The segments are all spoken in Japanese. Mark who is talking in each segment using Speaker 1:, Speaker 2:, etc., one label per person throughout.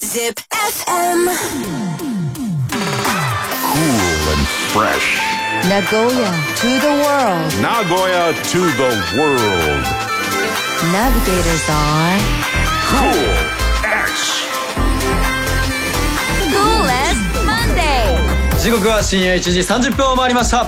Speaker 1: Zip FM.
Speaker 2: cool and fresh.
Speaker 1: Nagoya to the world.
Speaker 2: Nagoya to the world.
Speaker 1: Navigators are
Speaker 2: Cool X.
Speaker 1: cool as Monday.
Speaker 3: 時刻は深夜1時30分を回りました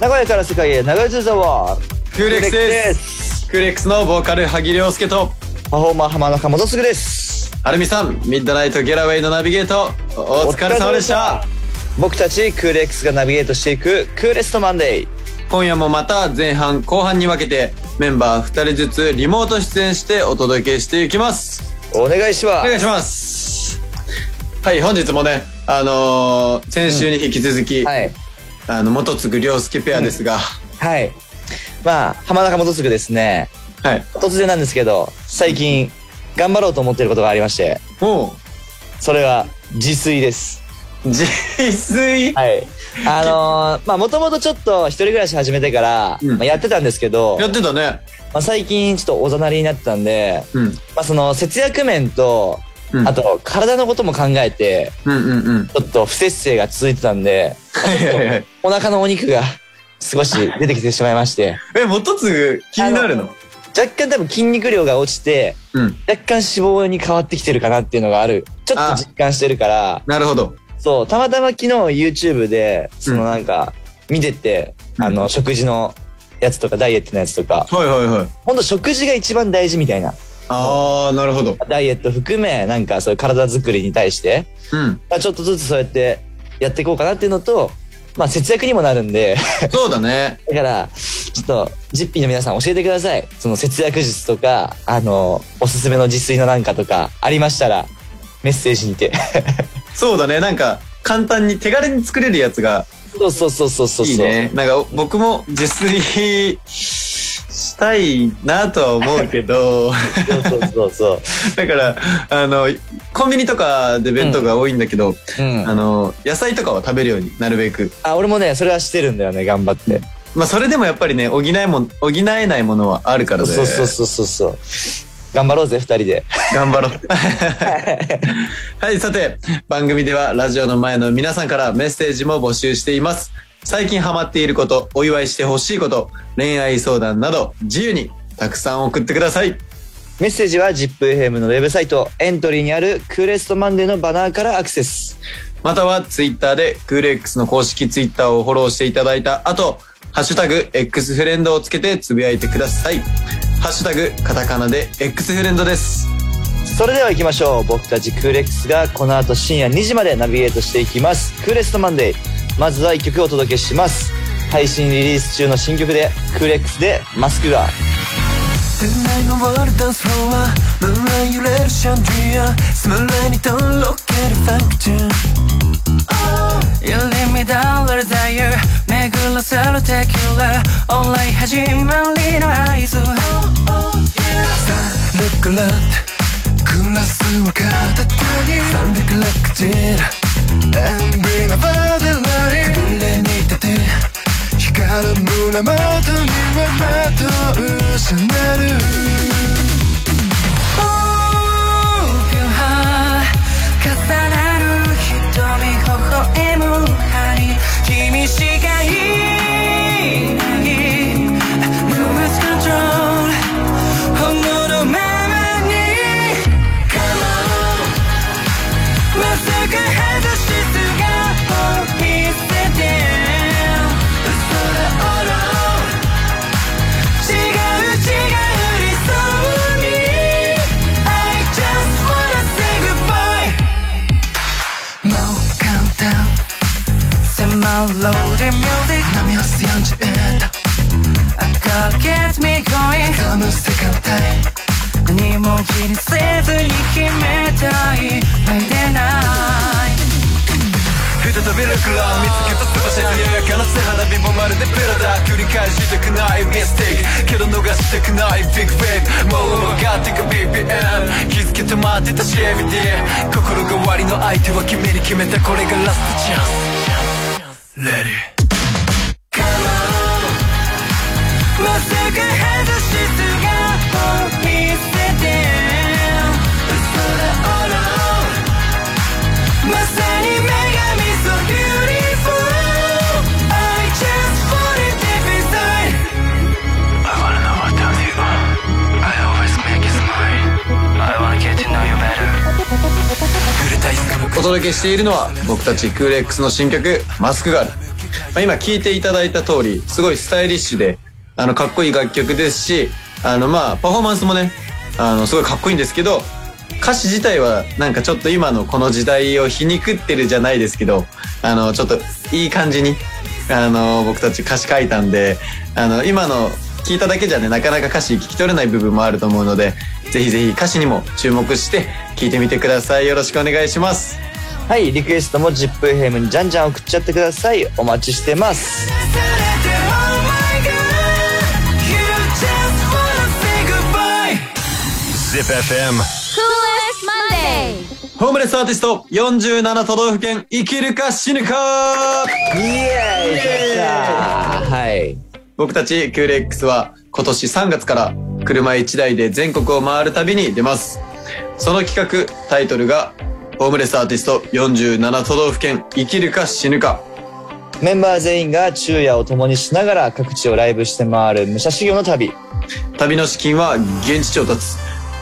Speaker 4: 名古屋から世界へ流れてザワー
Speaker 3: クーレックスです
Speaker 4: す
Speaker 3: クーレックスのボーカル萩亮介と
Speaker 4: パフォーマー浜中元嗣です
Speaker 3: アルミさんミッドナイトギャラウェイのナビゲートお疲れ様でした
Speaker 4: 僕たちクール X がナビゲートしていくクーレストマンデー
Speaker 3: 今夜もまた前半後半に分けてメンバー2人ずつリモート出演してお届けしていきます
Speaker 4: お願いしま
Speaker 3: お願いしますはい本日もねあのー先週に引き続き、
Speaker 4: すはい
Speaker 3: あの元次亮介ペアですが、
Speaker 4: はいまあ浜中元嗣ですね
Speaker 3: はい
Speaker 4: 突然なんですけど最近頑張ろうと思っていることがありまして
Speaker 3: も
Speaker 4: それは自炊です
Speaker 3: う自炊、
Speaker 4: はいあの ー、まあもともとちょっと一人暮らし始めてから、
Speaker 3: うん
Speaker 4: まあ、やってたんですけど、
Speaker 3: やってたね
Speaker 4: まあ、最近ちょっとおざなりになってたんで
Speaker 3: うん
Speaker 4: まあ、その節約面
Speaker 3: う
Speaker 4: と、
Speaker 3: ん
Speaker 4: あと体のことも考えて、
Speaker 3: うんうんうん
Speaker 4: ちょっと不節制が続いてたんで、
Speaker 3: はいはいはい
Speaker 4: お腹のお肉が少し出てきてしまいまして、
Speaker 3: え、元次気になるの
Speaker 4: 若干多分筋肉量が落ちて、
Speaker 3: うん。
Speaker 4: 若干脂肪に変わってきてるかなっていうのがある。ちょっと実感してるから、
Speaker 3: なるほど。
Speaker 4: そう、たまたま昨日 YouTube で、そのなんか、見てて、
Speaker 3: うん
Speaker 4: あの、食事のやつとかダイエットのやつとか、
Speaker 3: はいはいはい。
Speaker 4: ほんと食事が一番大事みたいな。
Speaker 3: あー、なるほど。
Speaker 4: ダイエット含め、なんかそういう体作りに対して、
Speaker 3: うん。
Speaker 4: まあ、ちょっとずつそうやってやっていこうかなっていうのと、まあ、節約にもなるんで、
Speaker 3: そうだね。
Speaker 4: だから、ちょっと、ジッピーの皆さん教えてください。その節約術とか、あの、おすすめの自炊のなんかとかありましたら、メッセージにて。
Speaker 3: そうだね。なんか、簡単に手軽に作れるやつが
Speaker 4: そうそうそうそうそう。
Speaker 3: いいね。なんか、僕も自炊したいなとは思うけど、
Speaker 4: そうそうそうそう。
Speaker 3: だから、あの、コンビニとかで弁当が多いんだけど、
Speaker 4: うん
Speaker 3: あ。の、野菜とかは食べるようになるべく。
Speaker 4: あ、俺もね、それはしてるんだよね、頑張って。
Speaker 3: まあ、それでもやっぱりね、補えもん、補えないものはあるからね。
Speaker 4: そうそうそうそうそう。頑張ろうぜ、二人で。
Speaker 3: 頑張ろう。 はい、さて、番組ではラジオの前の皆さんからメッセージも募集しています。最近ハマっていること、お祝いしてほしいこと、恋愛相談など、自由にたくさん送ってください。
Speaker 4: メッセージは ZIPFM のウェブサイト、エントリーにあるクーレストマンデーのバナーからアクセス。
Speaker 3: またはツイッターでクール X の公式ツイッターをフォローしていただいた後、ハッシュタグ X フレンドをつけてつぶやいてください。ハッシュタグカタカナで X フレンドです。
Speaker 4: それでは行きましょう僕たちクーレックスがこの後深夜2時までナビゲートしていきますクーレストマンデーまずは1曲お届けします配信リリース中の新曲でクーレックスでマスクが
Speaker 5: 店内のワールダンスフロアムーンライト揺れるシャンデリアスマライにとろけるファンクチューン You leave me down where desire 巡らせるテキュラオンライン始まりの合図さあ Look around グラスを片手に360 And bring a body light くれに立て光る胸元にはまとうシャネル Open heart 重なる瞳微笑む針君しかいない Lose control 本能のままに Come on まっすぐ外し素顔を見せて空を違う違う理想に I just wanna say goodbye No countdown 迫るローデミュージック波をす41度 I gotta get me going 掴む世界帯何も気にせずに決めたい May day night 再びルクラ見つけたすばしにやかなせ花火もまるでプラダ繰り返したくないミステイクけど逃したくないビッグウェイブもう上がってく BPM 気づけて待ってた CBD 心変わりの相手は君に決めたこれがラストチャンス Ready Come on まっすぐ外し素顔を見せて空を
Speaker 3: 届けしているのは僕たちクーレックスの新曲「マスクガール」まあ、今聴いていただいた通りすごいスタイリッシュであのかっこいい楽曲ですしあのまあパフォーマンスもねあのすごいかっこいいんですけど歌詞自体はなんかちょっと今のこの時代を皮肉ってるじゃないですけどあのちょっといい感じにあの僕たち歌詞書いたんであの今の聞いただけじゃねなかなか歌詞聞き取れない部分もあると思うのでぜひぜひ歌詞にも注目して聞いてみてくださいよろしくお願いします
Speaker 4: はい、リクエストも ZIPFM にじゃんじゃん送っちゃってください。お待ちしてます。
Speaker 2: Zip
Speaker 1: Coolest
Speaker 2: FM.
Speaker 1: Monday.
Speaker 3: ホームレスアーティスト47都道府県生きるか死ぬか
Speaker 4: イエーイ来たはい。
Speaker 3: 僕たち QLX は今年3月から車1台で全国を回る旅に出ます。その企画、タイトルがホームレスアーティスト47都道府県生きるか死ぬか。
Speaker 4: メンバー全員が昼夜を共にしながら各地をライブして回る武者修行の旅。
Speaker 3: 旅の資金は現地調達。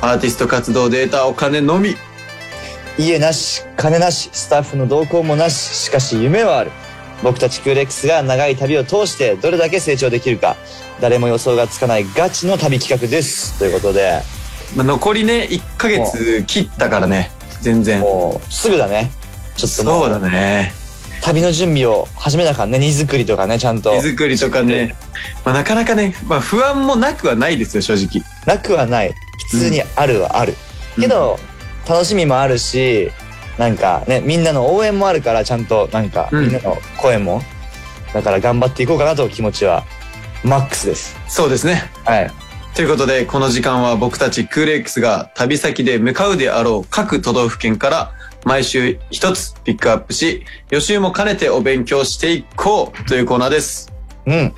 Speaker 3: アーティスト活動で得たお金のみ。
Speaker 4: 家なし、金なし、スタッフの動向もなし、しかし夢はある。僕たちクーレックスが長い旅を通してどれだけ成長できるか、誰も予想がつかないガチの旅企画です。ということで、
Speaker 3: まあ、残りね、1ヶ月切ったからね。全然。
Speaker 4: もうすぐだね。ちょっとも
Speaker 3: そう
Speaker 4: う
Speaker 3: だね。
Speaker 4: 旅の準備を始めなあかんね。荷造りとかね、ちゃんと
Speaker 3: 手。作りとかね。まあ、なかなかね、まあ、不安もなくはないですよ、正直。
Speaker 4: なくはない。普通にあるはある。けど、楽しみもあるし、なんかね、みんなの応援もあるから、ちゃんとなんか、
Speaker 3: うん
Speaker 4: みんなの声も。だから頑張っていこうかなと気持ちは、マックスです。
Speaker 3: そうですね。
Speaker 4: はい。
Speaker 3: ということで、この時間は僕たちクーレックスが旅先で向かうであろう各都道府県から毎週一つピックアップし、予習も兼ねてお勉強していこうというコーナーです。
Speaker 4: うん。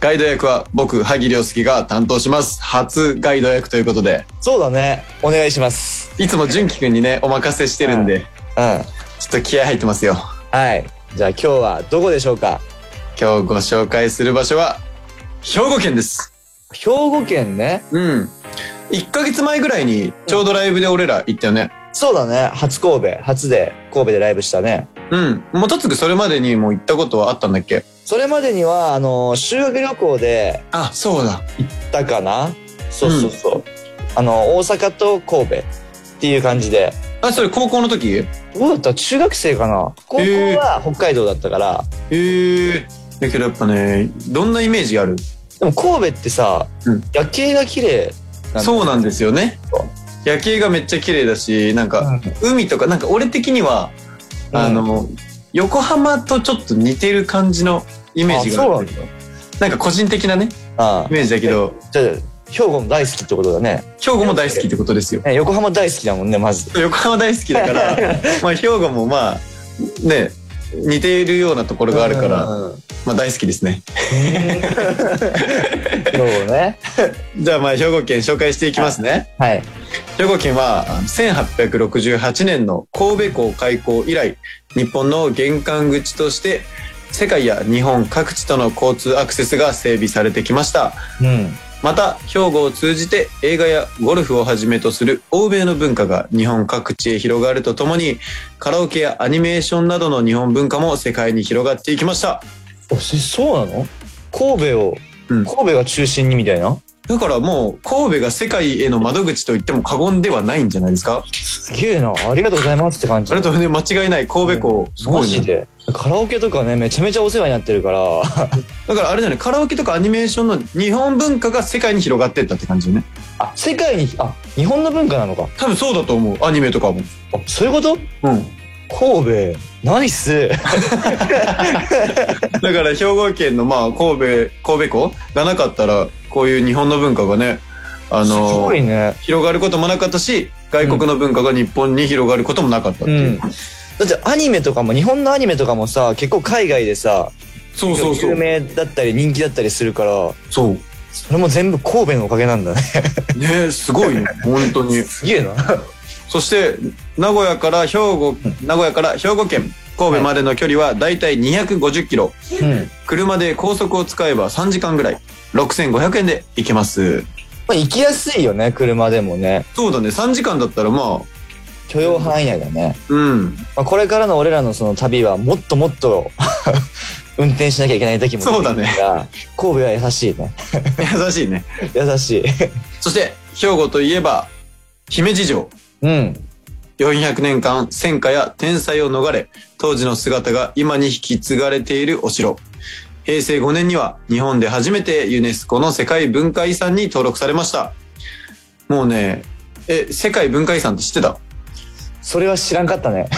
Speaker 3: ガイド役は僕、萩良介が担当します。初ガイド役ということで、
Speaker 4: そうだね。お願いします。
Speaker 3: いつも純喜くんにね、お任せしてるんで、
Speaker 4: う
Speaker 3: ち
Speaker 4: ん。
Speaker 3: ょっと気合入ってますよ。
Speaker 4: はい。じゃあ今日はどこでしょうか
Speaker 3: 今日ご紹介する場所は、兵庫県です。
Speaker 4: 兵庫県ね。
Speaker 3: うん。1ヶ月前ぐらいにちょうどライブで俺ら行ったよね。
Speaker 4: そうだね。初神戸。初で神戸でライブしたね。
Speaker 3: うん。もうとつぐそれまでにもう行ったことはあったんだっけ
Speaker 4: それまでには、あの、修学旅行で
Speaker 3: あ、そうだ。
Speaker 4: 行ったかなそうそうそう。あの、大阪と神戸っていう感じで。
Speaker 3: あ、それ高校の時
Speaker 4: どうだった中学生かな高校は北海道だったから。
Speaker 3: へえ。だけどやっぱね、どんなイメージがある
Speaker 4: でも神戸ってさ、
Speaker 3: うん
Speaker 4: 夜景が綺麗なん
Speaker 3: そうなんですよね
Speaker 4: そう。
Speaker 3: 夜景がめっちゃ綺麗だし、なん
Speaker 4: う
Speaker 3: か、
Speaker 4: ん
Speaker 3: 海とか、なんか俺的には、
Speaker 4: うん
Speaker 3: あの、横浜とちょっと似てる感じのイメージがある。
Speaker 4: あそうなんだ。
Speaker 3: なんか個人的なね、
Speaker 4: あ
Speaker 3: イメージだけど、
Speaker 4: じゃあ、兵庫も大好きってことだね。
Speaker 3: 兵庫も大好きってことですよ。
Speaker 4: ね横浜大好きだもんね、まず。
Speaker 3: 横浜大好きだから、まあ兵庫もまあ、ね、似ているようなところがあるから、
Speaker 4: うん。うん
Speaker 3: まあ大好きですね。
Speaker 4: そうね。
Speaker 3: じゃあまあ兵庫県紹介していきますね。
Speaker 4: はい。
Speaker 3: 兵庫県はあの1868年の神戸港開港以来日本の玄関口として世界や日本各地との交通アクセスが整備されてきました
Speaker 4: うん。
Speaker 3: また兵庫を通じて映画やゴルフをはじめとする欧米の文化が日本各地へ広がるとともにカラオケやアニメーションなどの日本文化も世界に広がっていきました
Speaker 4: あそそうなの神戸を、
Speaker 3: うん
Speaker 4: 神戸が中心にみたいな
Speaker 3: だからもう神戸が世界への窓口と言っても過言ではないんじゃないですか
Speaker 4: すげえな。ありがとうございますって感じ。
Speaker 3: あれとね間違いない神戸港すご
Speaker 4: マ
Speaker 3: いね
Speaker 4: ジで。カラオケとかね、めちゃめちゃお世話になってるから。
Speaker 3: だからあれだよね、カラオケとかアニメーションの日本文化が世界に広がってったって感じよね。
Speaker 4: あ、世界に、あ、日本の文化なのか。
Speaker 3: 多分そうだと思う、アニメとかも。
Speaker 4: あ、そういうこと
Speaker 3: うん。
Speaker 4: 神戸、ナイス。
Speaker 3: だから兵庫県のまあ神戸、神戸港がなかったら、こういう日本の文化がね、あ
Speaker 4: す
Speaker 3: の
Speaker 4: ごいね。
Speaker 3: 広がることもなかったし、外国の文化が日本に広がることもなかったって
Speaker 4: う
Speaker 3: いう。
Speaker 4: ん。だってアニメとかも、日本のアニメとかもさ、結構海外でさ、
Speaker 3: そうそうそ
Speaker 4: 有
Speaker 3: う。
Speaker 4: 名だったり人気だったりするから、
Speaker 3: そう。
Speaker 4: それも全部神戸のおかげなん だね。
Speaker 3: ねえす ごいね、本当に。
Speaker 4: すげえな。
Speaker 3: そして、名古屋から兵庫、名古屋から兵庫県、神戸までの距離はだいたい250キロ。
Speaker 4: うん。
Speaker 3: 車で高速を使えば3時間ぐらい6500円で行けます
Speaker 4: まあ、行きやすいよね、車でもね。
Speaker 3: そうだね3時間だったらまあ
Speaker 4: 許容範囲内だね。
Speaker 3: うん。
Speaker 4: まあ、これからの俺らのその旅はもっともっと 運転しなきゃいけない時も
Speaker 3: そうだね
Speaker 4: 出てくるから神戸は優しいね。
Speaker 3: 優しいね。
Speaker 4: 優しい。
Speaker 3: そして、兵庫といえば、姫路城。
Speaker 4: うん。
Speaker 3: 400年間戦火や天災を逃れ、当時の姿が今に引き継がれているお城。平成5年には日本で初めてユネスコの世界文化遺産に登録されました。もうね、え、世界文化遺産って知ってた
Speaker 4: それは知らんかっ たね。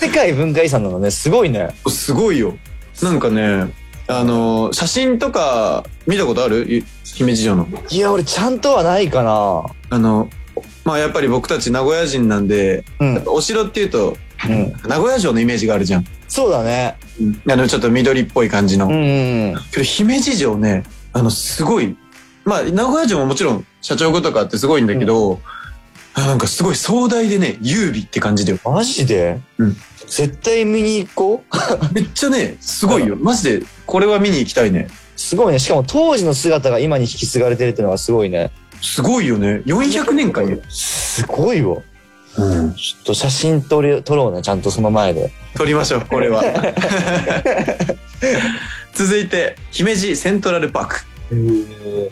Speaker 4: 世界文化遺産なのね。すごいね。
Speaker 3: すごいよ。なんかね、あの、写真とか見たことあるゆ姫路城の。
Speaker 4: いや、俺ちゃんとはないかな。
Speaker 3: あの、まあやっぱり僕たち名古屋人なんで、
Speaker 4: うん。
Speaker 3: お城っていうと
Speaker 4: うん。
Speaker 3: 名古屋城のイメージがあるじゃん。
Speaker 4: そうだね。
Speaker 3: あの、ちょっと緑っぽい感じの。
Speaker 4: うんうんうん。
Speaker 3: けど姫路城ねあのすごいまあ名古屋城ももちろん社長ごとかあってすごいんだけど、あなんかすごい壮大でね優美って感じだよ
Speaker 4: マジで
Speaker 3: うん。
Speaker 4: 絶対見に行こう。
Speaker 3: めっちゃねすごいよマジでこれは見に行きたいね
Speaker 4: すごいね。しかも当時の姿が今に引き継がれてるっていうのがすごいね。
Speaker 3: すごいよね400年間よ、
Speaker 4: すごいよ。
Speaker 3: うん、
Speaker 4: ちょっと写真撮り撮ろうね。ちゃんとその前で。
Speaker 3: 撮りましょうこれ は続いて姫路セントラルパーク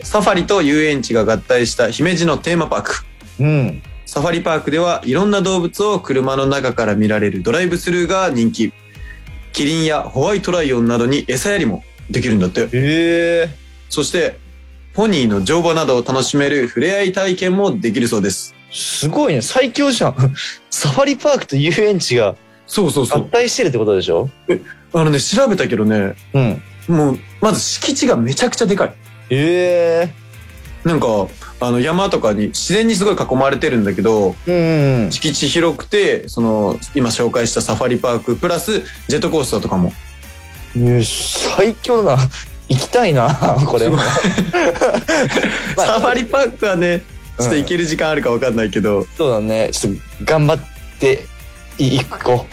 Speaker 3: サファリと遊園地が合体した姫路のテーマパーク
Speaker 4: うん。
Speaker 3: サファリパークではいろんな動物を車の中から見られるドライブスルーが人気。キリンやホワイトライオンなどに餌やりもできるんだって。
Speaker 4: ええ
Speaker 3: そして、ポニーの乗馬などを楽しめる触れ合い体験もできるそうです。
Speaker 4: すごいね。最強じゃん。 サファリパークと遊園地が
Speaker 3: そうそう
Speaker 4: 合。体してるってことでしょ
Speaker 3: あのね、調べたけどね、
Speaker 4: うん。
Speaker 3: もう、まず敷地がめちゃくちゃでかい。
Speaker 4: え
Speaker 3: なんか、あの山とかに自然にすごい囲まれてるんだけど、
Speaker 4: えうん。
Speaker 3: 敷地広くて、その、今紹介したサファリパーク、プラスジェットコースターとかも
Speaker 4: いや最強だな。行きた いな、これも。まあ
Speaker 3: サファリパークはね、ちょっと行ける時間あるか分かんないけど、
Speaker 4: そうだね。ちょっと頑張ってい行 こ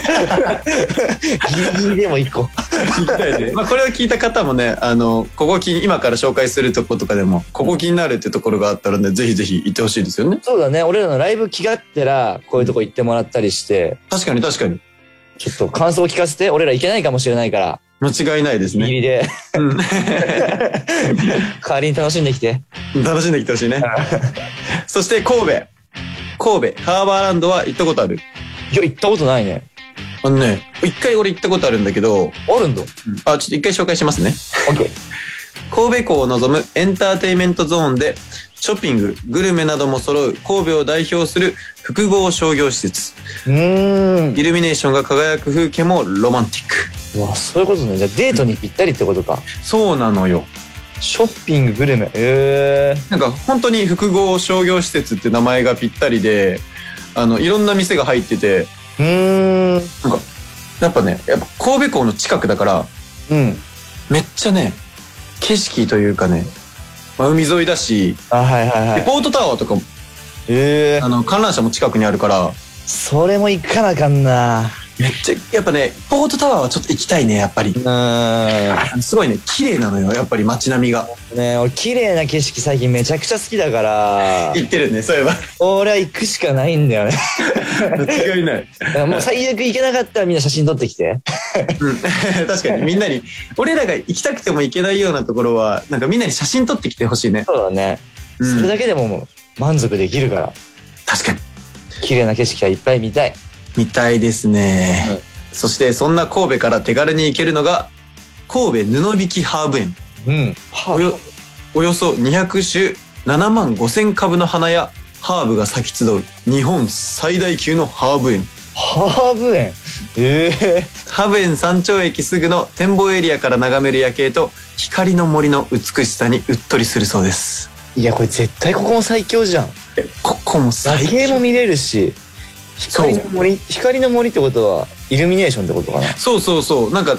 Speaker 4: う。ギリギリでも行こ
Speaker 3: 行きたい ね。まあこれを聞いた方もね、あの、ここ気に、今から紹介するとことかでも、ここ気になるってところがあったらね、ぜひぜひ行ってほしいですよね
Speaker 4: う。。そうだね。俺らのライブ気がってら、こういうとこ行ってもらったりして、
Speaker 3: 確かに確かに。
Speaker 4: ちょっと感想を聞かせて。俺ら行けないかもしれないから、
Speaker 3: 間違いないです
Speaker 4: ギリギ
Speaker 3: ね。
Speaker 4: リで
Speaker 3: うん
Speaker 4: 代わりに楽しんできて。
Speaker 3: 楽しんできてほしい ね。そして神戸。神戸、ハーバーランドは行ったことある
Speaker 4: いや、行ったことないね。
Speaker 3: あのね、一回俺行ったことあるんだけど、
Speaker 4: あるんだ。
Speaker 3: あ、ちょっと一回紹介しますね。
Speaker 4: オッケー。
Speaker 3: 神戸港を望むエンターテインメントゾーンでショッピング、グルメなども揃う神戸を代表する複合商業施設。
Speaker 4: うーん。
Speaker 3: イルミネーションが輝く風景もロマンティック。
Speaker 4: うわ、そういうことね。じゃあデートにぴったりってことか。
Speaker 3: そうなのよ。
Speaker 4: ショッピング、グルメ。え
Speaker 3: なんか本当に複合商業施設って名前がぴったりで、あの、いろんな店が入ってて、
Speaker 4: えー。うーん。
Speaker 3: やっぱね、やっぱ神戸港の近くだから、
Speaker 4: うん。
Speaker 3: めっちゃね、景色というかね、まあ、海沿いだし、
Speaker 4: あ、はいはいは
Speaker 3: で
Speaker 4: い。
Speaker 3: ポートタワーとかも、
Speaker 4: ええ
Speaker 3: あの、観覧車も近くにあるから、
Speaker 4: それも行かなあかんな。
Speaker 3: めっちゃ、やっぱね、ポートタワーはちょっと行きたいね、やっぱり
Speaker 4: う。ーん。
Speaker 3: すごいね、綺麗なのよ、やっぱり街並みが。
Speaker 4: ねえ俺綺麗な景色最近めちゃくちゃ好きだ から、
Speaker 3: 行ってるね、そういえば。
Speaker 4: 俺は行くしかないんだよね。
Speaker 3: 間違い ない。
Speaker 4: だからもう最悪行けなかったらみんな写真撮ってきて。
Speaker 3: うん確かに、みんなに、俺らが行きたくても行けないようなところは、なんかみんなに写真撮ってきてほしいね。
Speaker 4: そうだね。
Speaker 3: うん
Speaker 4: それだけでももう満足できるから、
Speaker 3: 確かに。
Speaker 4: 綺麗な景色がいっぱい見たい。
Speaker 3: 見たいですね。
Speaker 4: はい
Speaker 3: そして、そんな神戸から手軽に行けるのが、神戸布引ハーブ園。
Speaker 4: うん。
Speaker 3: およ、およそ200種7万5千株の花や、ハーブが咲き集う日本最大級のハーブ園。
Speaker 4: ハーブ園。ええ
Speaker 3: ハブ園山頂駅すぐの展望エリアから眺める夜景と光の森の美しさにうっとりするそうです。
Speaker 4: いや、これ絶対ここも最強じゃん。
Speaker 3: えここも最
Speaker 4: 夜景も
Speaker 3: 近
Speaker 4: 見れるし、光の森、光の森ってことは、イルミネーションってことかな。
Speaker 3: そうそうそう。なんか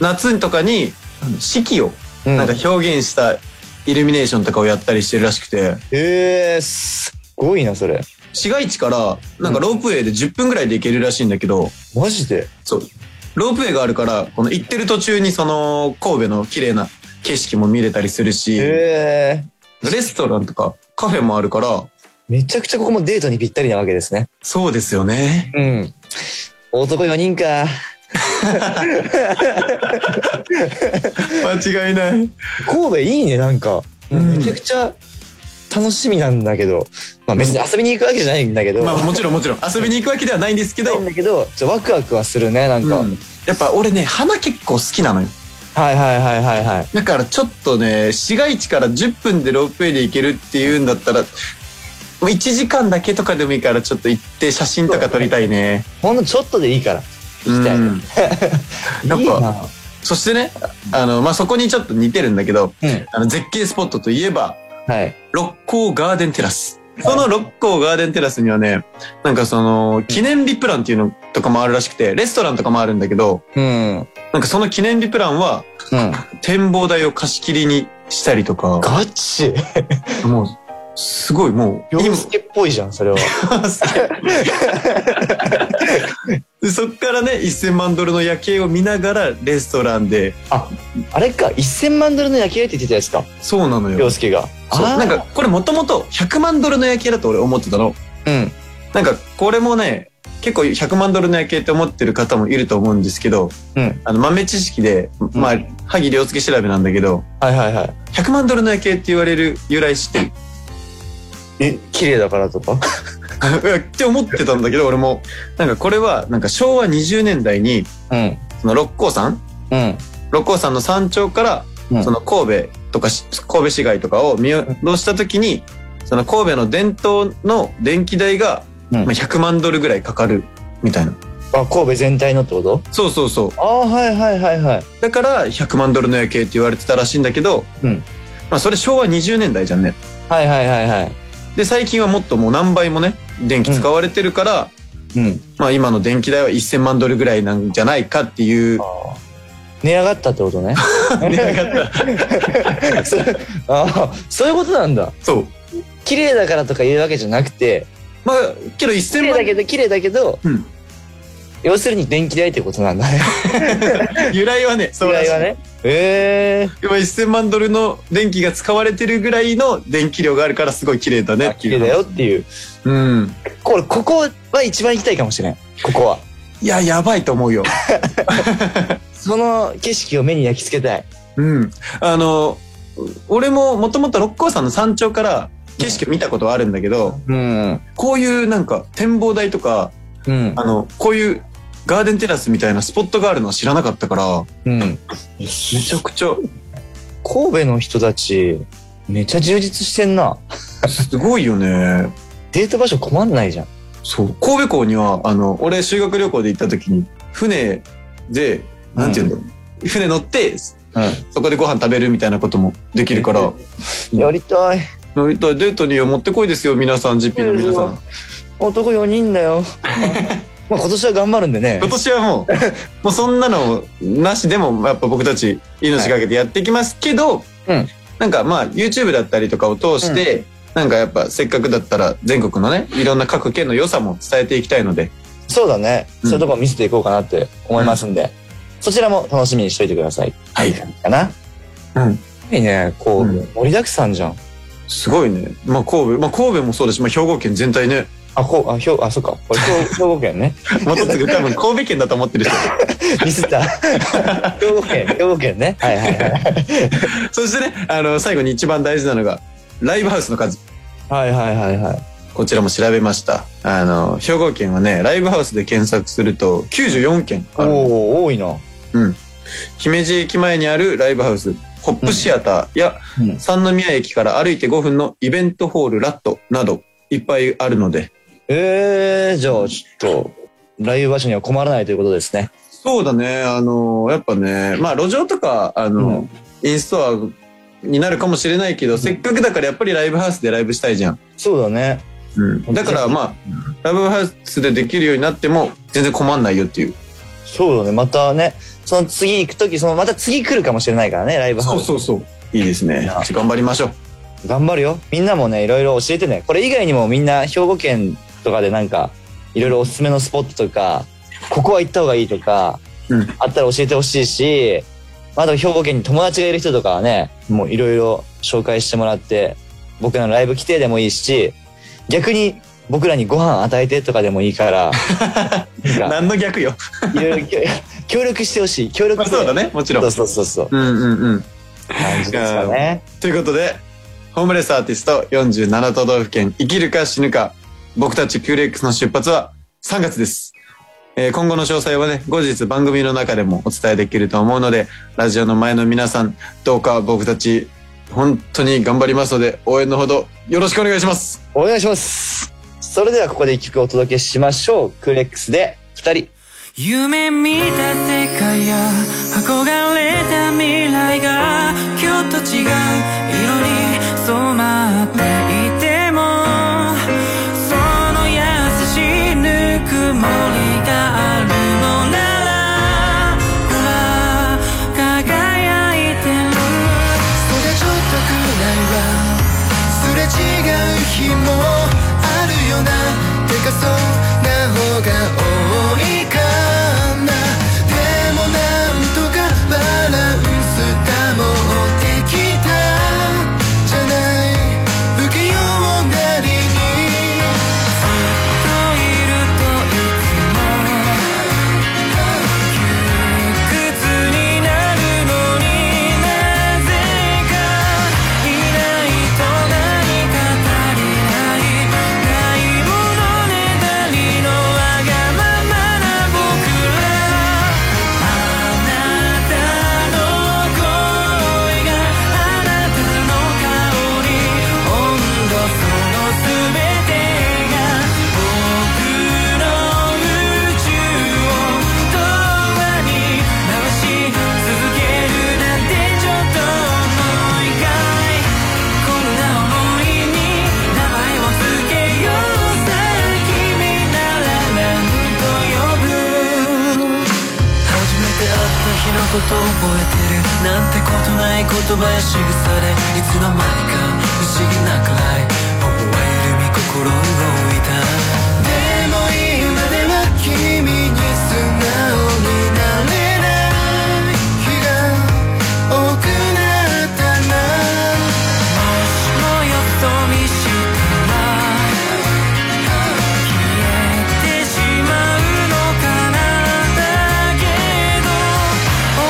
Speaker 3: 夏とかにあの四季を
Speaker 4: うん
Speaker 3: なんか表現したイルミネーションとかをやったりしてるらしくて、
Speaker 4: ええすっごいな、それ。
Speaker 3: 市街地からなんかロープウェイで10分ぐらいで行けるらしいんだけど、
Speaker 4: マジで
Speaker 3: そう。ロープウェイがあるから、この行ってる途中にその神戸の綺麗な景色も見れたりするし、
Speaker 4: ええ
Speaker 3: レストランとかカフェもあるから、
Speaker 4: めちゃくちゃここもデートにぴったりなわけですね。
Speaker 3: そうですよね。
Speaker 4: うん。男4人か。
Speaker 3: 間違いない。
Speaker 4: 神戸いいね、なんか。
Speaker 3: うん
Speaker 4: めちゃくちゃ楽しみなんだけど。まあ別に遊びに行くわけじゃないんだけど。
Speaker 3: まあもちろんもちろん。遊びに行くわけではないんですけ
Speaker 4: ない
Speaker 3: ど
Speaker 4: ん、だけど、ちょワクワクはするね、なんか。
Speaker 3: うんやっぱ俺ね、花結構好きなのよ。
Speaker 4: はいはいはいはいはい。
Speaker 3: だからちょっとね、市街地から10分でロープウェイで行けるっていうんだったら、もう1時間だけとかでもいいからちょっと行って写真とか撮りたいね。
Speaker 4: ほんのちょっとでいいから。行きたい。
Speaker 3: うんやっぱ
Speaker 4: いいな
Speaker 3: そしてね、あの、まあ、そこにちょっと似てるんだけど、
Speaker 4: うん
Speaker 3: あの、絶景スポットといえば、
Speaker 4: はい。
Speaker 3: 六甲ガーデンテラス。その六甲ガーデンテラスにはね、なんかその、記念日プランっていうのとかもあるらしくて、レストランとかもあるんだけど、
Speaker 4: うん。うん。
Speaker 3: なんかその記念日プランは、展望台を貸し切りにしたりとか、
Speaker 4: ガチ
Speaker 3: もう、すごいもう、
Speaker 4: 洋 介っぽいじゃん、それ は。
Speaker 3: でそっからね、1000万ドルの夜景を見ながら、レストランで、
Speaker 4: あれか、1000万ドルの夜景って言ってたやつか、
Speaker 3: そうなのよ
Speaker 4: 洋。介が。
Speaker 3: そう
Speaker 4: あー
Speaker 3: なんか、これもともと100万ドルの夜景だと俺思ってたの。
Speaker 4: うん。
Speaker 3: なんかこれもね結構100万ドルの夜景って思ってる方もいると思うんですけど
Speaker 4: うん。
Speaker 3: あの豆知識で、まあ
Speaker 4: うん
Speaker 3: 萩良介調べなんだけど
Speaker 4: はいはいはい。
Speaker 3: 100万ドルの夜景って言われる由来知ってる
Speaker 4: え、綺麗だからとか。
Speaker 3: いやって思ってたんだけど俺もなんかこれはなんか昭和20年代に
Speaker 4: うん。
Speaker 3: その六甲山
Speaker 4: うん。
Speaker 3: 六甲山の山頂から
Speaker 4: うん
Speaker 3: その神戸とかし神戸市街とかを見下ろした時にその神戸の伝統の電気代が
Speaker 4: うん
Speaker 3: まあ100万ドルぐらいかかるみたいな
Speaker 4: あ、神戸全体のってこと
Speaker 3: そうそうそう
Speaker 4: ああ、はいはいはいはい。
Speaker 3: だから100万ドルの夜景って言われてたらしいんだけど、
Speaker 4: うん
Speaker 3: まあ、それ昭和20年代じゃんね
Speaker 4: はいはいはいはい。
Speaker 3: で最近はもっともう何倍もね電気使われてるから、
Speaker 4: うん。
Speaker 3: まあ、今の電気代は1000万ドルぐらいなんじゃないかっていう
Speaker 4: 値上がったって ことね。
Speaker 3: 値上がった
Speaker 4: そああ、そういうことなんだ。
Speaker 3: そう
Speaker 4: 綺麗だからとか言うわけじゃなくて、
Speaker 3: まあけど
Speaker 4: 綺
Speaker 3: 1000
Speaker 4: 麗だ
Speaker 3: 万
Speaker 4: けど、綺麗だけど、
Speaker 3: うん
Speaker 4: 要するに電気代ってことなんだね。
Speaker 3: 由来はね そう
Speaker 4: ぐ
Speaker 3: ら
Speaker 4: ら
Speaker 3: しい
Speaker 4: いはね。ええ
Speaker 3: 要は1000万ドルの電気が使われてるぐらいの電気量があるからすごい綺麗だねって
Speaker 4: 綺
Speaker 3: いう
Speaker 4: 麗だよっていう。
Speaker 3: うん
Speaker 4: これ、ここは一番行きたいかもしれん。ここは。
Speaker 3: いややばいと思う よ
Speaker 4: その景色を目に焼き付けたい。
Speaker 3: うん。あの、俺ももともと六甲山の山頂から景色を見たことはあるんだけど、
Speaker 4: うん。
Speaker 3: こういうなんか展望台とか、
Speaker 4: うん
Speaker 3: あ。の、こういうガーデンテラスみたいなスポットがあるのは知らなかったから、
Speaker 4: うん。
Speaker 3: めちゃくちゃ、
Speaker 4: 神戸の人たち、めっちゃ充実してんな。
Speaker 3: すごいよね。
Speaker 4: デート場所困んないじゃん。
Speaker 3: そう。神戸港には、あの、俺修学旅行で行った時に、船で、なんていうんだろう。船乗って、
Speaker 4: う
Speaker 3: そこでご飯食べるみたいなこともできるから、
Speaker 4: ん。やりたい。
Speaker 3: 乗りたいデートには持ってこいですよ、皆さん、GP の皆さん。
Speaker 4: 男4人 だよ。まあ今年は頑張るんでね
Speaker 3: 今。年は もう、もうそんなのなしでも、やっぱ僕たち命かけてやっていきますけど、
Speaker 4: うん
Speaker 3: なんかまあ YouTube だったりとかを通して、なんかやっぱせっかくだったら全国のね、いろんな各県の良さも伝えていきたいので、
Speaker 4: そうだね。
Speaker 3: うん
Speaker 4: そういうとこ見せていこうかなって思いますんで。そちらも楽しみにしといてください。
Speaker 3: はい。
Speaker 4: かな。
Speaker 3: うん
Speaker 4: すごいね、こう、
Speaker 3: うん
Speaker 4: 盛りだくさんじゃん。
Speaker 3: すごいね。まあ神戸、まあ神戸もそうだし、まあ兵庫県全体ね、
Speaker 4: あ、こう、あ、ひょう、あ、そっか。これ兵 庫兵庫県ね。
Speaker 3: またすぐ多分神戸県だと思ってる 人。
Speaker 4: ミスった。 兵庫県、兵庫県ね。はいはいはい。
Speaker 3: そしてね、あの、最後に一番大事なのが、ライブハウスの数。
Speaker 4: はいはいはいはい。
Speaker 3: こちらも調べました。あの、兵庫県はね、ライブハウスで検索すると94件あるんです
Speaker 4: おお多いな。
Speaker 3: 姫路駅前にあるライブハウス、ホップシアターや
Speaker 4: うん
Speaker 3: 三宮駅から歩いて5分のイベントホールラットなどいっぱいあるので。
Speaker 4: えー、じゃあちょっと、ライブ場所には困らないということですね。
Speaker 3: そうだね、あの、やっぱね、まあ路上とか、あの、インストアになるかもしれないけど、せっかくだからやっぱりライブハウスでライブしたいじゃん。
Speaker 4: そうだね。
Speaker 3: うん、だからまあ、ライブハウスでできるようになっても全然困んないよっていう。
Speaker 4: そうだね。またね、その次行くとき、そのまた次来るかもしれないからね、ライブハウス。
Speaker 3: うそう。いいですね。頑張りましょう。
Speaker 4: 頑張るよ。みんなもね、いろいろ教えてね。これ以外にもみんな兵庫県とかでなんか、いろいろおすすめのスポットとか、ここは行った方がいいとか、
Speaker 3: うん
Speaker 4: あったら教えてほしいし、あと兵庫県に友達がいる人とかはね、もういろいろ紹介してもらって、僕らのライブ来てでもいいし、逆に僕らにご飯与えてとかでもいいから、なんか
Speaker 3: 何の逆よ。
Speaker 4: いろいろ協協力してほしい。協力
Speaker 3: まあ
Speaker 4: し て
Speaker 3: そうだね、もちろん。
Speaker 4: そうそうそうそう。
Speaker 3: うんうんうん。
Speaker 4: 感じですかね。
Speaker 3: ということで、ホームレスアーティスト47都道府県生きるか死ぬか、僕たち QLX の出発は3月です。えー今後の詳細はね、後日番組の中でもお伝えできると思うので、ラジオの前の皆さん、どうか僕たち、本当に頑張りますので、応援のほどよろしくお願いします。
Speaker 4: お願いします。それではここで一曲お届けしましょう。クレックスで二人。
Speaker 5: 夢見た世界や憧れた未来が今日と違う色に染まっていてもその優しいぬくもりがあるのならほら輝いてるそれちょっとくらいはすれ違う日もあるよなてかそうな方が多いかなでもなんとかバランス保ってきたじゃない不器用なりにずっといるといつも「苦痛になるのになぜかいないと何か足りない」「ないものねだりのわがままな僕ら」「あなたの声があなたの顔に温度その全てが僕の宇宙を永遠に回し続けるなんてちょっと思いがい」「こんな想いに名前を付けようさ君なら何と呼ぶ」初めて会った日のこと覚えてるなんてことない言葉や仕草でいつの間にか不思議なくらい微笑み心動いたでも今では君に素直になれない日が多くなったなもしもよそ見したら「消えてしまうのかなだけど」「同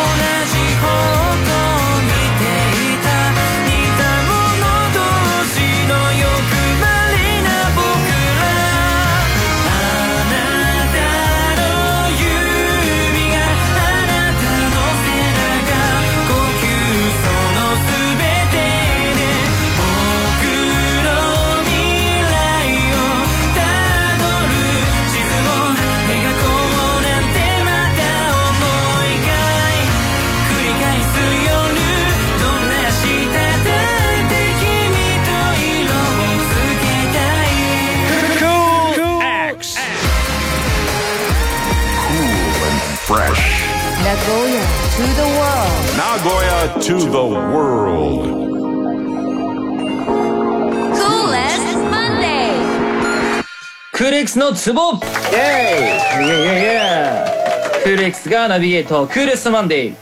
Speaker 5: じ方向見ていた」「似た者同士の欲張りな僕ら」「あなたの指があなたの背中」「呼吸その全てで僕の未来を」たどる地図を描こうなんてまた思えないかい繰り返す夜どんな明日だって君と色をつけたい
Speaker 2: Cool X. Cool and fresh.
Speaker 1: Nagoya to the world.
Speaker 2: Nagoya to the world.
Speaker 1: Coolest Monday.
Speaker 6: クール X のツボ
Speaker 4: イェーイイェイイェイイェイ
Speaker 6: クール X がナビゲートクールストマンデー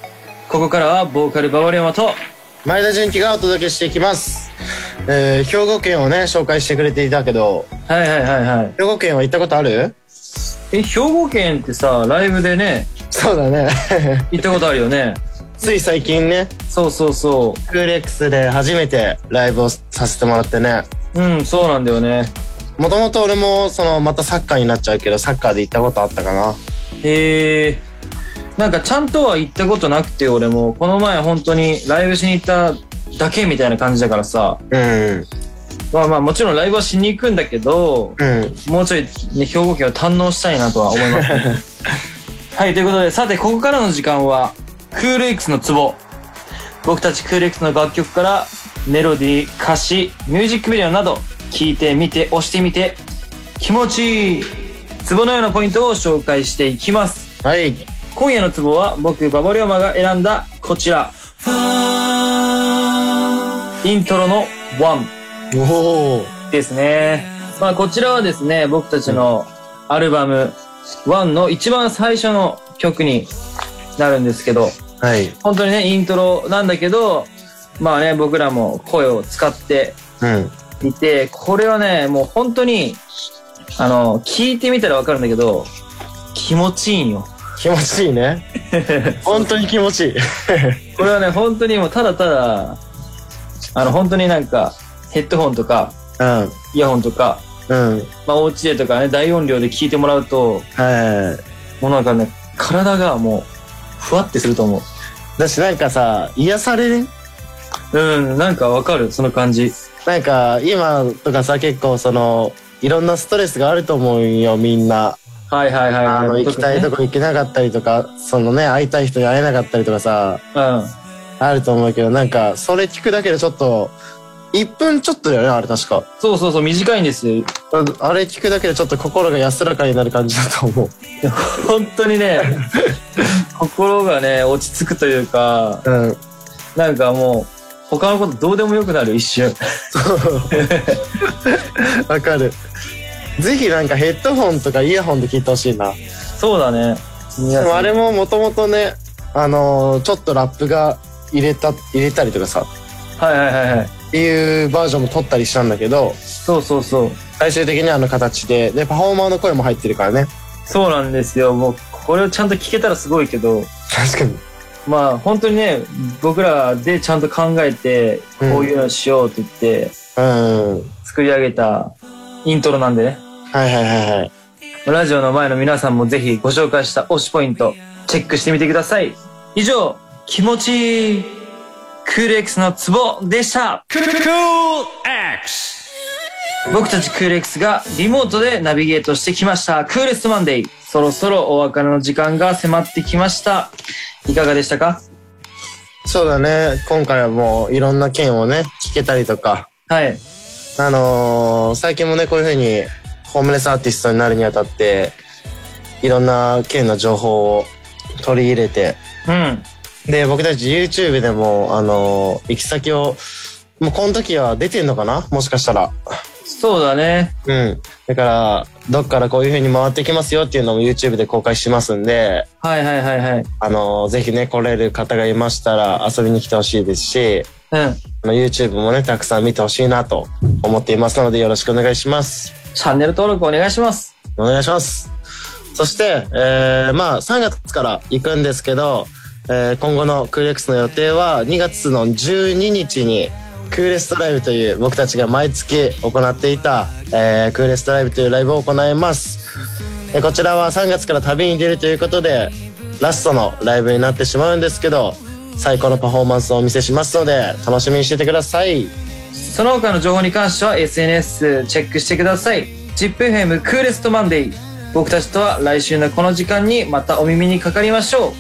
Speaker 6: ここからはボーカルババレマと
Speaker 7: 前田純喜がお届けしていきます。えー、兵庫県をね、紹介してくれていたけど、
Speaker 6: はいはいはいはい
Speaker 7: 兵庫県は行ったことある
Speaker 6: え兵庫県ってさライブでね
Speaker 7: そうだね。
Speaker 6: 行ったことあるよね
Speaker 7: つい最近ね、
Speaker 6: そうそうそ
Speaker 7: クーレックスで初めてライブをさせてもらってね。
Speaker 6: ううんそうなんだよね
Speaker 7: もともと俺も、その、またサッカーになっちゃうけど、サッカーで行ったことあったかな。
Speaker 6: へえなんかちゃんとは行ったことなくて俺もこの前本当にライブしに行っただけみたいな感じだからさ
Speaker 7: うん。
Speaker 6: まあまあもちろんライブはしに行くんだけど
Speaker 7: うん。
Speaker 6: もうちょい、ね、兵庫県を堪能したいなとは思います、ね、はいということでさてここからの時間はクール X のツボ僕たちクール X の楽曲からメロディー歌詞ミュージックビデオなど聴いてみて押してみて気持ちいいツボのようなポイントを紹介していきます
Speaker 7: はい。
Speaker 6: 今夜のツボは僕馬場龍馬が選んだこちらイントロの「ワン
Speaker 7: おお。
Speaker 6: ですね、まあ、こちらはですね僕たちのアルバム「ワンの一番最初の曲になるんですけど
Speaker 7: はい。
Speaker 6: 本当にねイントロなんだけどまあね僕らも声を使って
Speaker 7: うん。
Speaker 6: いて、これはね、もう本当に、あの、聞いてみたらわかるんだけど、気持ちいいんよ。
Speaker 7: 気持ちいい ね。本当に気持ちいい。
Speaker 6: これはね、本当にもうただただ、あの、本当になんか、ヘッドホンとか、
Speaker 7: うん。
Speaker 6: イヤホンとか、
Speaker 7: うん。
Speaker 6: まあ、お家でとかね、大音量で聞いてもらうと、
Speaker 7: はい。
Speaker 6: もうなんかね、体がもう、ふわってすると思う。
Speaker 7: だしなんかさ、癒される
Speaker 6: うん、なんかわかる、その感じ。
Speaker 7: なんか今とかさ、結構その、いろんなストレスがあると思うんよ、みんな。
Speaker 6: はいはいはい。
Speaker 7: あの、行きたいとこ行けなかったりとか、そのね、会いたい人に会えなかったりとかさ、
Speaker 6: うん。
Speaker 7: あると思うけど、なんか、それ聞くだけでちょっと、1分ちょっとだよね、あれ確か。
Speaker 6: そうそうそう、短いんですよ。
Speaker 7: ああれ聞くだけでちょっと心が安らかになる感じだと思う。
Speaker 6: 本当に ね、心がね、落ち着くというか、
Speaker 7: うん。
Speaker 6: なんかもう、他のことどうでもよくなる、一瞬。
Speaker 7: わかる。ぜひなんかヘッドホンとかイヤホンで聞いてほしいな。
Speaker 6: そうだね。
Speaker 7: でもあれももともとね、あのーちょっとラップが入れた、入れたりとかさ、
Speaker 6: はいはいはいはい。
Speaker 7: っていうバージョンも撮ったりしたんだけど、
Speaker 6: そうそうそう。
Speaker 7: 最終的にはあの形で、で、パフォーマーの声も入ってるからね。
Speaker 6: そうなんですよ。もう、これをちゃんと聞けたらすごいけど、
Speaker 7: 確かに。
Speaker 6: まあ、本当にね、僕らでちゃんと考えて、こ
Speaker 7: うん
Speaker 6: ういうのしようって言って、
Speaker 7: うん。
Speaker 6: 作り上げたイントロなんでね。
Speaker 7: はいはいはいはい。
Speaker 6: ラジオの前の皆さんもぜひご紹介した推しポイント、チェックしてみてください。以上、気持ちいい、クール X のツボでした。
Speaker 2: Cool X.
Speaker 6: 僕たちクール X がリモートでナビゲートしてきました。クールストマンデー。そろそろお別れの時間が迫ってきました。いかがでしたか
Speaker 7: そうだね。今回はもういろんな件をね、聞けたりとか、
Speaker 6: はい。
Speaker 7: あのー最近もね、こういうふうに、ホームレスアーティストになるにあたって、いろんな件の情報を取り入れて、
Speaker 6: うん。
Speaker 7: で、僕たち YouTube でも、あのー行き先を、もうこの時は出てんのかなもしかしたら。
Speaker 6: そうだね。
Speaker 7: うん。だから、どっからこういう風に回ってきますよっていうのも YouTube で公開しますんで、
Speaker 6: はいはいはいはい。
Speaker 7: あのーぜひね、来れる方がいましたら遊びに来てほしいですし、
Speaker 6: うん。
Speaker 7: あの YouTube もね、たくさん見てほしいなと思っていますので、よろしくお願いします。
Speaker 6: チャンネル登録お願いします。
Speaker 7: お願いします。そして、えーまあ、3月から行くんですけど、えー今後のクール X の予定は、2月の12日に、クールストライブという僕たちが毎月行っていた、えークールストライブというライブを行います。えーこちらは3月から旅に出るということで、ラストのライブになってしまうんですけど、最高のパフォーマンスをお見せしますので、楽しみにしててください。
Speaker 6: その他の情報に関しては SNS チェックしてください。ZIPFM クーレストマンデー。僕たちとは来週のこの時間にまたお耳にかかりましょう。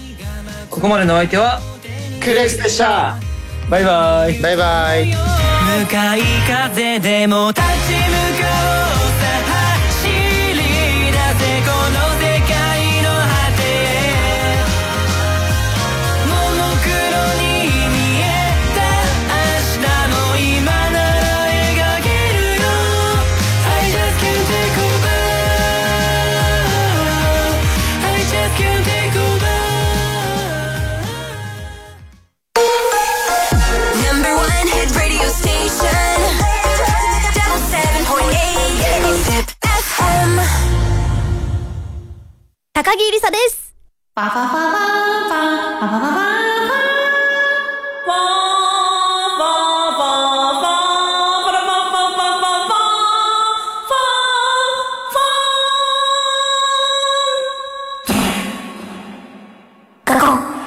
Speaker 6: ここまでのお相手は、
Speaker 7: クール X でした
Speaker 6: バイバイ。
Speaker 7: バイバイ
Speaker 5: 向かい風でも立ち向かおうさ走り出せこの世界の果てへモノクロに見えた明日も今なら描けるよ I just can't take over I just can't take over
Speaker 1: Number one hit radio station. Double seven point eight. Zip FM. 高木りさです。パパパパパパパパパ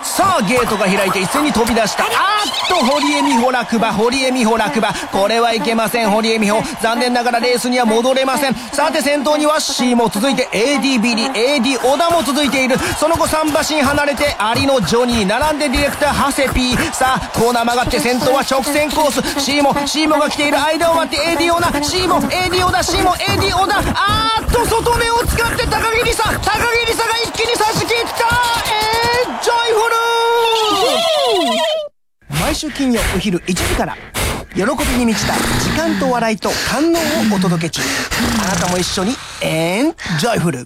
Speaker 8: さあゲートが開いて一斉に飛び出したあーっと堀江美穂落馬堀江美穂落馬これはいけません堀江美穂残念ながらレースには戻れませんさて先頭には C も続いて AD ビリ AD 小田も続いているその後桟橋に離れてアリのジョニー並んでディレクター長谷 P さあコーナー曲がって先頭は直線コース C も C もが来ている間を割って AD 小田 C も AD 小田 C も AD 小田あーっと外目を使って高木梨沙高木梨沙が一気に差し切ったえー、ジョイフル毎週金曜お昼1時から喜びに満ちた時間と笑いと感動をお届け中あなたも一緒にエンジョイフル